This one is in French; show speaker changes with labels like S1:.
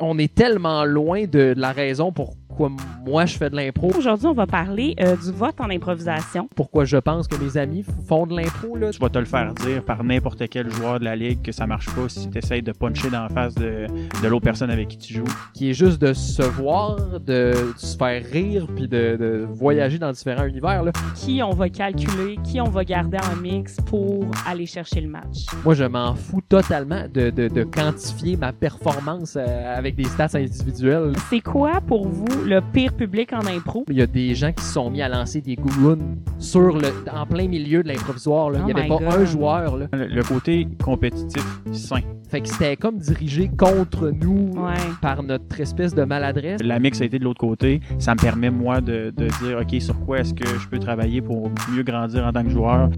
S1: on est tellement loin de, de la raison pourquoi moi je fais de l'impro,
S2: Aujourd'hui, on va parler euh, du vote en improvisation.
S1: pourquoi je pense que mes amis f- font de l'impro. là.
S3: Tu vas te le faire dire par n'importe quel joueur de la ligue que ça marche pas si tu essayes de puncher dans la face de, de l'autre personne avec qui tu joues.
S1: qui est juste de se voir, de, se faire rire, puis de, de voyager dans différents univers. Là.
S2: Qui on va calculer, qui on va garder en mix pour aller chercher le match.
S1: Moi, je m'en fous totalement de, de- de quantifier ma performance euh, avec des stats individuelles.
S2: C'est quoi pour vous le pire public en impro?
S1: Il y a des gens qui se sont mis à lancer des gourounes sur le, en plein milieu de l'improvisoire. là.
S2: Oh
S1: Il n'y avait
S2: my
S1: pas
S2: God.
S1: un joueur. Là.
S3: Le, le côté compétitif sain.
S1: Fait que c'était comme dirigé contre nous
S2: Ouais.
S1: par notre espèce de maladresse.
S3: La mix a été de l'autre côté. Ça me permet, moi, de, de dire, OK, sur quoi est-ce que je peux travailler pour mieux grandir en tant que joueur.